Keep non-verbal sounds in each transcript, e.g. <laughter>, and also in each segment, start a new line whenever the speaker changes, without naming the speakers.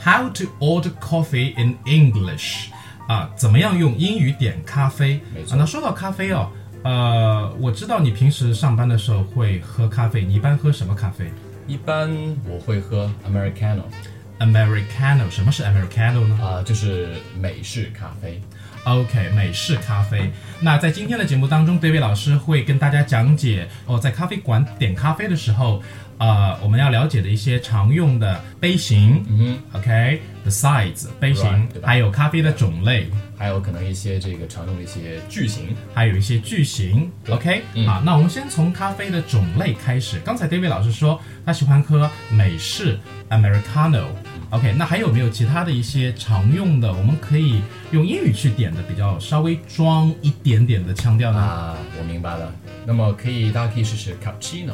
How to order coffee in English？啊，怎么样用英语点咖啡？
没
啊
错，
那说到咖啡哦，呃，我知道你平时上班的时候会喝咖啡，你一般喝什么咖啡
一般我会喝 Americano，
？Americano，什么是 Americano 呢？
啊、就是美式咖啡。
OK，美式咖啡。那在今天的节目当中，David 老师会跟大家讲解哦，在咖啡馆点咖啡的时候，呃，我们要了解的一些常用的杯型、
嗯
，OK，the size 杯型
Right，对吧
还有咖啡的种类，
哼，还有可能一些这个常用的一些句型。
还有一些句型。OK，、
嗯
好，那我们先从咖啡的种类开始。刚才 David 老师说他喜欢喝美式 Americano。OK，那还有没有其他的一些常用的，我们可以用英语去点的比较稍微装一点点的腔调呢？
啊，我明白了。那么可以，大家可以试试 cappuccino，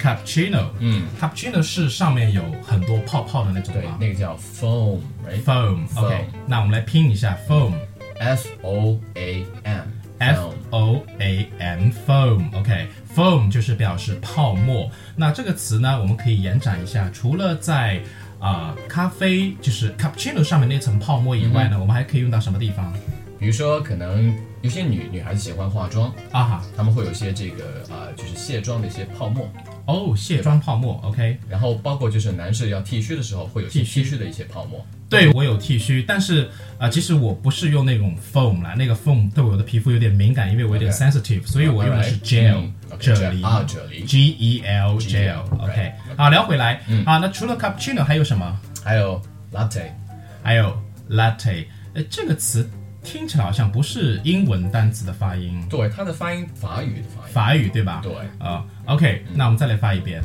cappuccino，
嗯，
cappuccino 是上面有很多泡泡的那种
对，
吗
那个叫 foam，right？F
？foam，OK，
Foam
那我们来拼一下
O A M。
foam，f o a m foam，OK，foam 就是表示泡沫。那这个词呢，我们可以延展一下，除了在啊、咖啡就是 cappuccino 上面那层泡沫以外
嗯
呢，我们还可以用到什么地方？
比如说，可能有些女女孩子喜欢化妆，
啊哈，
她们会有一些这个啊、就是卸妆的一些泡沫。
哦，卸妆泡沫，OK。
然后包括就是男士要剃须的时候，会有一些
剃须
剃须的一些泡沫。
对我有剃须，但是啊、呃其实我不是用那种 foam 啦，那个 foam 对我的皮肤有点敏感，因为我有点
OK
sensitive，、所以我用的是 gel，啫喱
啊，啫喱。
G E L gel。
right 嗯
OK，好，聊回来啊，那除了 cappuccino 还有什么？
还有 latte，
还有 latte。呃，这个词听起来好像不是英文单词的发音，
对，它的发音法语的发音，
法语对吧？
对嗯
啊、o k 那我们再来发一遍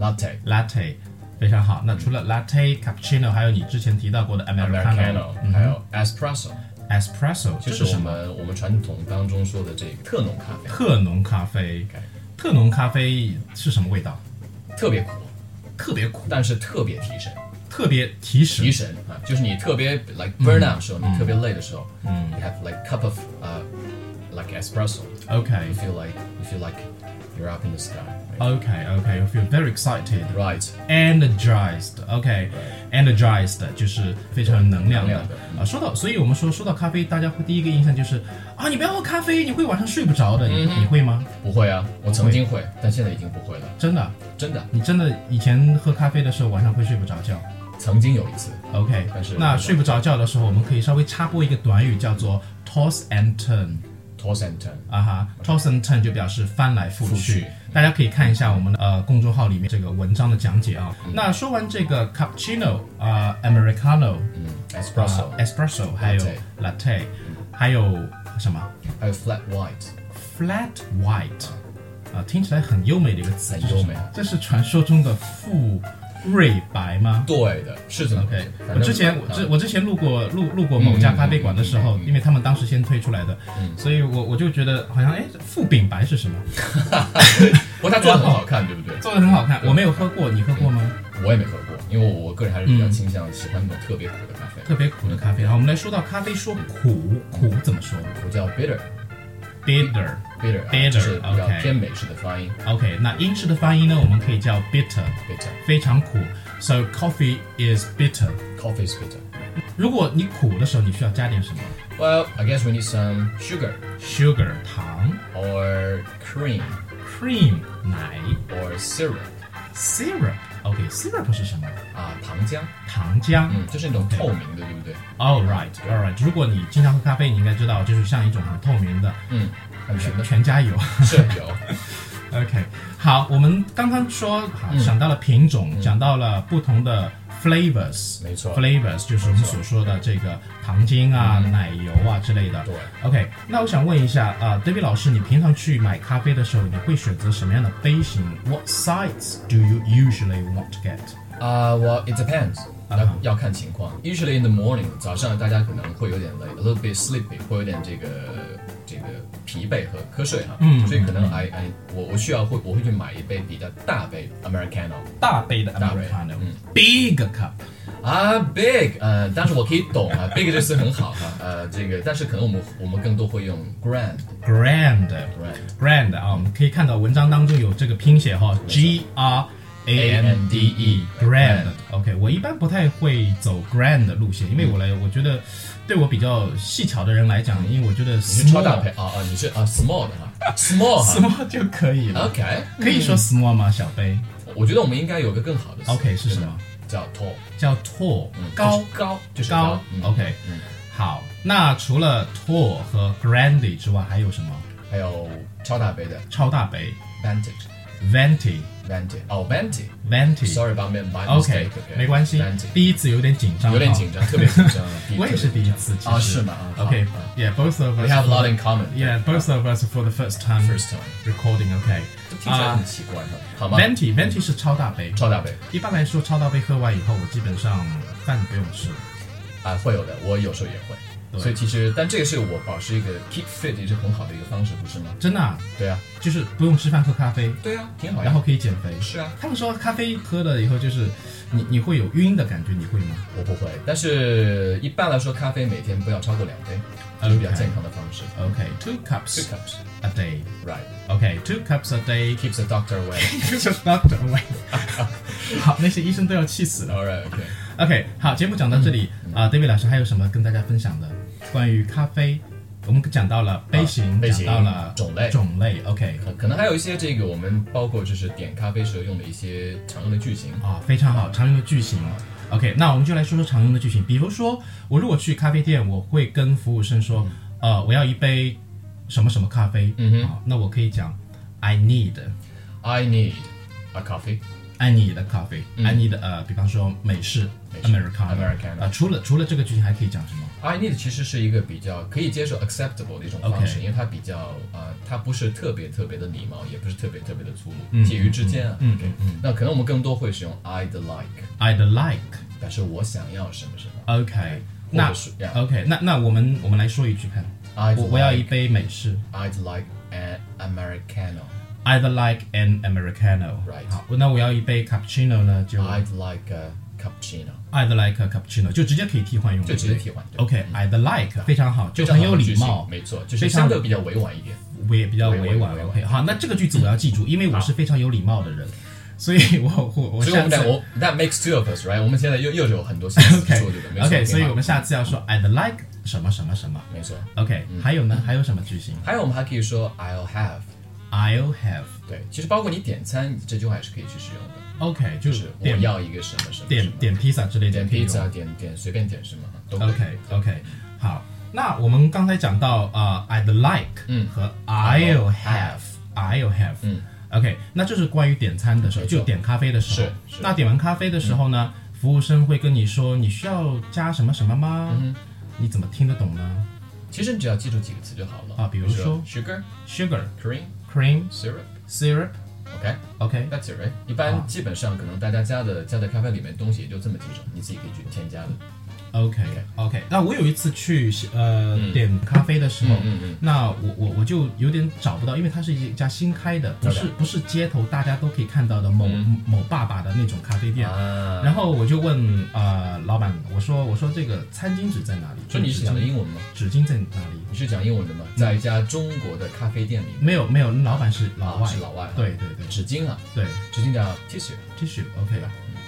latte
latte，非常好。那除了 latte、cappuccino，还有你之前提到过的
嗯 americano，
americano、
还有 espresso，
espresso，
就
嗯这
是
是
我
什么？
们我们传统当中说的这个特浓咖啡，
特浓咖啡
OK。
特浓咖啡是什么味道？
特别苦，
特别苦，
但是特别提神，
特别提神
提。神啊，就是你
嗯
特别 like burn out 的时候，你特别累的时候，嗯，you have like cup of 呃 like espresso，you
OK
feel like you feel like you're up in the sky，right？
OK OK，you feel very excited。
Right.
energized，OK，energized、就是非常有能量的
能量的
啊。说到，所以我们说说到咖啡，大家会第一个印象就是啊，你不要喝咖啡，你会晚上睡不着的。
嗯
你你会吗？
不会啊，我曾经会，但现在已经不会了，
真的，
真的。
你真的以前喝咖啡的时候晚上会睡不着觉。
曾经有一次，
OK，
但是
那睡不着觉的时候，我们可以稍微插播一个短语，叫做 toss and turn。
toss and turn，
啊哈，toss and turn 就表示翻来覆
覆
去
去。
大家可以看一下我们的呃公众号里面这个文章的讲解啊。
嗯
那说完这个 cappuccino 啊、americano
嗯
啊、
，espresso，
espresso 还有
Latte
latte，还有什么
还有 flat white，
flat white 啊，听起来很优美的一个词，
很
这是
优美
这是传说中的富瑞白吗？
对的，是这么回
OK，我
事。
之
啊
前我之我之前路过路路过某家咖啡馆的时
嗯
候，因为他们当时先推出来的，所以我我就觉得好像哎，富饼白是什么？
不过它做的很好看，对不对？嗯
做的很好看，我没有喝过，你喝过吗？
我也没喝过，因为我我个人还是比较倾向喜欢那种特别苦的咖啡，
特别苦的咖啡。好，我们来说到咖啡，说苦，苦怎么说
我叫 bitter
？bitter。
bitter，啊
Bitter，
就是比较
OK
偏美式的发音
OK，那英式的发音呢，我们可以叫 bitter，
，bitter
非常苦。So coffee is bitter。
coffee is bitter。
如果你苦的时候，你需要加点什么
Well, I guess we need some sugar
？sugar 糖
or cream
，cream 奶
or syrup
，syrup。OK，syrup、是什么？
啊，糖浆，
糖浆。
嗯，就是那种透明的，对不对？
All right, all right。如果你经常喝咖啡，你应该知道，就是像一种很透明的，
嗯，很甜的，
全加油。
是有。
OK，好，我们刚刚说好、想到了品种，讲到了不同的 flavors，
没错
，flavors 就是我们所说的这个糖精啊、奶油啊之类的。
对
，OK，那我想问一下啊、d a v i d 老师，你平常去买咖啡的时候，你会选择什么样的杯型？What size do you usually want to get？
啊、w e l l it depends，
啊
要、
哈
要看情况。Usually in the morning，早上大家可能会有点累，a little bit sleepy，会有点这个这个疲惫和瞌睡哈。
嗯
所以可能 I I 我我需要会我会去买一杯比较大杯 Americano
大杯的
大杯
Americano，big cup。
啊、big，呃，但是我可以懂啊，big 这次很好哈，呃，这个但是可能我们我们更多会用 grand
grand
grand
grand 啊，我们可以看到文章当中有这个拼写哈，G R A N D E
Grand
Grand。OK，我一般不太会走 Grand 的路线，因为我来，我觉得对我比较细巧的人来讲，因为我觉得
你是超大
small
牌啊啊，你是啊 small 的哈，small 哈
<laughs> small 就可以了。
，OK，
可以说 small 吗？小杯
我觉得我们应该有个更好的词
OK，是什么？
真的叫 tall，
叫 tall
嗯
高
就是高就是
高
高。嗯
OK，
嗯
好，那除了 tall 和 grandly 之外，还有什么？
还有超大杯的
超大杯
vantage
venti
vantage 哦 vantage。
venti。
Sorry about my my mistake.
OK，没关系
Vantage，
第一次有点紧张，
有点
<laughs>
紧张，特别紧张。
我也是第一次，其实
啊，是吗啊好
？OK，
啊
yeah, both of
We
us
have a lot in common.
Yeah, both of us for the first time
First time.
recording. OK，
这听起来很奇怪，啊
啊
好吗？
venti venti 是超大杯。
超大杯
一般来说，超大杯喝完以后，我基本上饭不用吃了。
啊，会有的，我有时候也会。
对
所以其实，但这个是我保持一个 keep fit 也是很好的一个方式，不是吗？
真的、啊，
对啊，
就是不用吃饭喝咖啡，
对啊，挺好呀。
然后可以减肥。
是啊，
他们说咖啡喝了以后，就是你你会有晕的感觉，你会吗？
我不会，但是一般来说，咖啡每天不要超过两杯，这是比较健康的方式。
OK，two、
Two
cups
cups,
a day.
right?
OK，two、cups a day
Keeps the doctor
<laughs>
away. <laughs>
keeps us not away. 好，那些医生都要气死了。
All right, OK.
OK，好，节目讲到这里
嗯
啊、d a v i d 老师还有什么跟大家分享的关于咖啡？我们讲到了杯型，
啊杯型
讲到了
种类
种类。OK，
可可能还有一些这个我们包括就是点咖啡时候用的一些常用的句型。
啊，非常好，常用的句型。OK，那我们就来说说常用的句型。比如说，我如果去咖啡店，我会跟服务生说，
嗯
呃，我要一杯什么什么咖啡。嗯哼，那我可以讲，I need
I need a coffee.
I need a coffee，I、need 呃，比方说美式
嗯美式
Americano。
Americano
啊，除了除了这个句型，还可以讲什么？
I need 其实是一个比较可以接受 acceptable 的一种方式
OK
因为它比较啊、呃它不是特别特别的礼貌，也不是特别特别的粗鲁，介于之间啊。嗯嗯嗯。那可能我们更多会使用 I'd like，
I'd like，OK，、
但是我想要什么什么。
那
或者是 yeah,
OK，那那我们我们来说一句看，
I'd
我我要一
like-
杯美式
I'd like an Americano.
，I'd like an Americano。
Right
好，那我要一杯 cappuccino 呢，就
I'd like a cappuccino.
I'd like a cappuccino，就直接可以替换用，
就直接替换对嗯
OK，I'd like 非常好，就很有礼貌，
没错，就是
非常
相对比较委婉一点。
我也比较委
委
婉
婉。委婉
OK，好，那这个句子我要记住，因为我是非常有礼貌的人，所以我我我
所以我
下
们在
次。
我 that makes two of us, right？我们现在又又有很
<laughs>
多信息
OK
说这个，没错
OK，所以
挺好
我们下次要说 I'd like 什么什么什么。
没错。
OK，还
嗯
有呢？还有什么句型
还有我们还可以说 I'll have，
？I'll have。
对，其实包括你点餐这句话也是可以去使用的，
OK，就
就是
是
我
点
要一个什么什么什
嗯点
么，
点披萨之类的
点
可以用
pizza，点点随便点什么都可以。
OK OK，好，那我们刚才讲到啊、i d like，
嗯
和
I'll
I'll have，I'll have，
嗯
，OK，那就是关于点餐的时候，
没错
就点咖啡的时候
是，嗯是
那点完咖啡的时候呢，服务生会跟你说你需要加什么什么吗？
嗯
你怎么听得懂呢
其实你只要记住几个词就好了
啊比如
如
说
sugar、
？Sugar
cream、
cream
syrup。
syrup，OK，、
OK，that's、it, right？一
啊
般基本上可能大家加的加的咖啡里面东西也就这么几种，你自己可以去添加的。
OK OK，那我有一次去呃、点咖啡的时候，
嗯嗯
那我我我就有点找不到，因为它是一家新开的，不是不是街头大家都可以看到的某、某爸爸的那种咖啡店。
嗯啊，
然后我就问呃老板，我说我说这个餐巾纸在哪里？
所以你是
纸
讲的
巾
英文吗？
纸巾在哪里？
你是讲英文的吗？
嗯
在一家中国的咖啡店里面，
没有没有，老板是老
啊
外。
是老外啊，
对对对
纸巾啊，
对
纸巾叫 tissue
，tissue OK。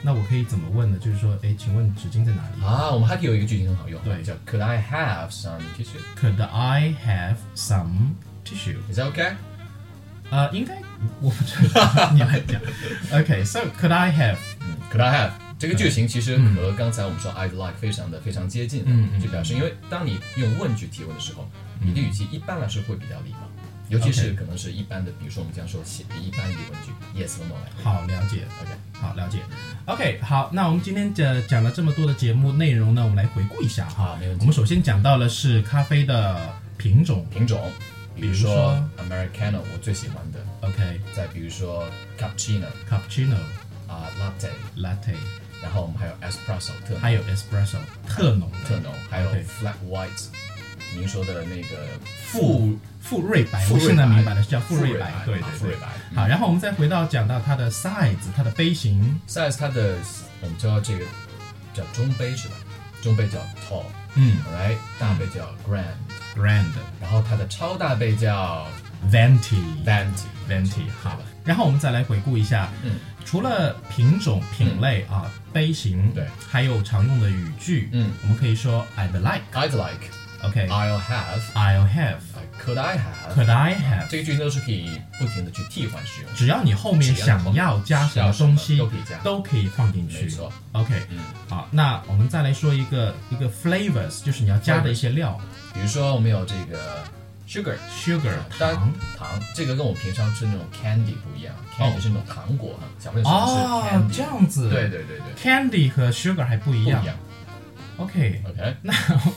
那我可以怎么问呢？就是说，哎，请问纸巾在哪里
啊，我们还可以有一个句型很好用，
对
叫 Could I have some tissue？
？Could I have some tissue？
Is that okay？
呃，应该我不知道，你来讲。OK，so、could I have？
嗯，Could I have？这个句型其实和刚才我们说 I'd like 非常的非常接近，
嗯嗯
就表示因为当你用问句提问的时候，你的语气一般来说会比较礼貌，
嗯
尤其是
OK
可能是一般的，比如说我们这样说写一般疑问句 yes or no 来
好，了解，
，OK？
好了解。OK，好，那我们今天讲讲了这么多的节目内容呢，我们来回顾一下哈。
啊没问题
我们首先讲到了是咖啡的品种
品种，比
比
如
如
说
说
Americano 我最喜欢的，再比如说 cappuccino
，OK，cappuccino、
啊 latte，
latte，
然后我们还有 espresso 特浓
还有 espresso 特浓的
特浓，还有
OK
flat white，您说的那个
富富瑞白，
富
我
瑞
现在
白
明白了，是叫富瑞
瑞
白，对
对
对
富
对
瑞。白。
好，然后我们再回到讲到它的 size，它的杯型，
size 它的我们叫这个叫中杯是吧？中杯叫 tall，
嗯
r i g h t 大杯叫 grand，
，brand
然后它的超大杯叫
venti。
venti。
venti 好，然后我们再来回顾一下，
嗯
除了品种、品类啊、杯型，
对，
还有常用的语句，
嗯啊
我们可以说 I'd like，OK，I'll
I'd like, I'll have,
have，could
could I have，
I have，
这个句型都是可以不停的去替换使用，
只要你后面想要加什么东西
都，可以加，
都可以放进
没
去。
错。
OK，
嗯
好，那我们再来说一个一个 flavors，就是你要加的一些料
比如说我们有这个 sugar
，sugar
当然
糖。
糖，这个跟我平常吃那种 candy 不一样，candy 是那种糖果哈，小朋友喜欢吃
哦
candy，，
这样子。
对对对对，
，candy 和 sugar 还不
不
一
一
样。
样
OK，
，OK，
<laughs> 那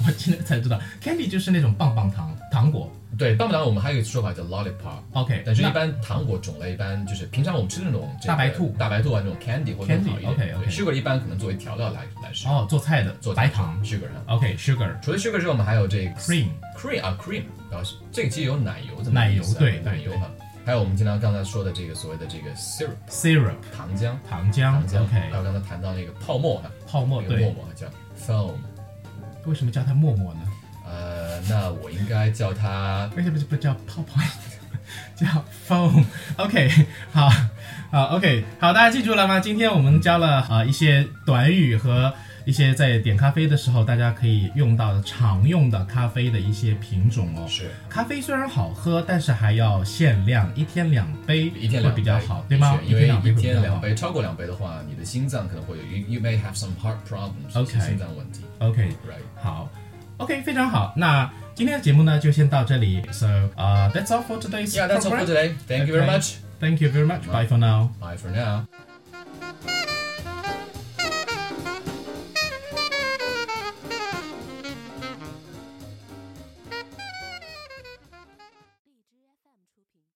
我今天才知道，candy 就是那种棒棒糖糖果。
对，棒棒糖我们还有一个说法叫 lollipop。
OK，
但是，一
那
般糖果种类一般就是平常我们吃那种这个
大白兔
大白兔啊那种 candy 或者
Candy，
好一点
OK，OK
对，sugar 一般可能作为调料来来使用，
哦，做菜的
做
白糖。
sugar 哈。
OK，sugar
除了 sugar 之外，我们还有这个
cream。
cream 啊 cream，然后这个其实有奶油的
奶油对
奶油哈，还有我们经常刚才说的这个所谓的这个 syrup
syrup
糖浆，
糖浆
糖浆还
，OK，
有刚才谈到那个泡沫哈，
泡沫
那个沫
哦对，
沫哈叫 foam，
为什么叫它沫沫呢？
呃，那我应该叫它
为什么不叫泡泡？叫 foam。OK，好，好，OK，好，大家记住了吗？今天我们教了啊、呃一些短语和一些在点咖啡的时候大家可以用到的常用的咖啡的一些品种哦。
是
咖啡虽然好喝，但是还要限量，一天两杯，
一天两
会
杯
比较好，对吗
的？确因为一
一天
天
两杯
两
会比
杯，超过两杯的话，你的心脏可能会有 you you may have some heart problems，
OK
一些心脏问题
较好。OK，
，right？
好，OK，非常好。那今天的节目呢，就先到这里。So，呃、t h a t s all for today's
Yeah, that's all for
program.
today. Thank you very
Okay.
much.
Thank you very much. Bye for now.
Bye for now.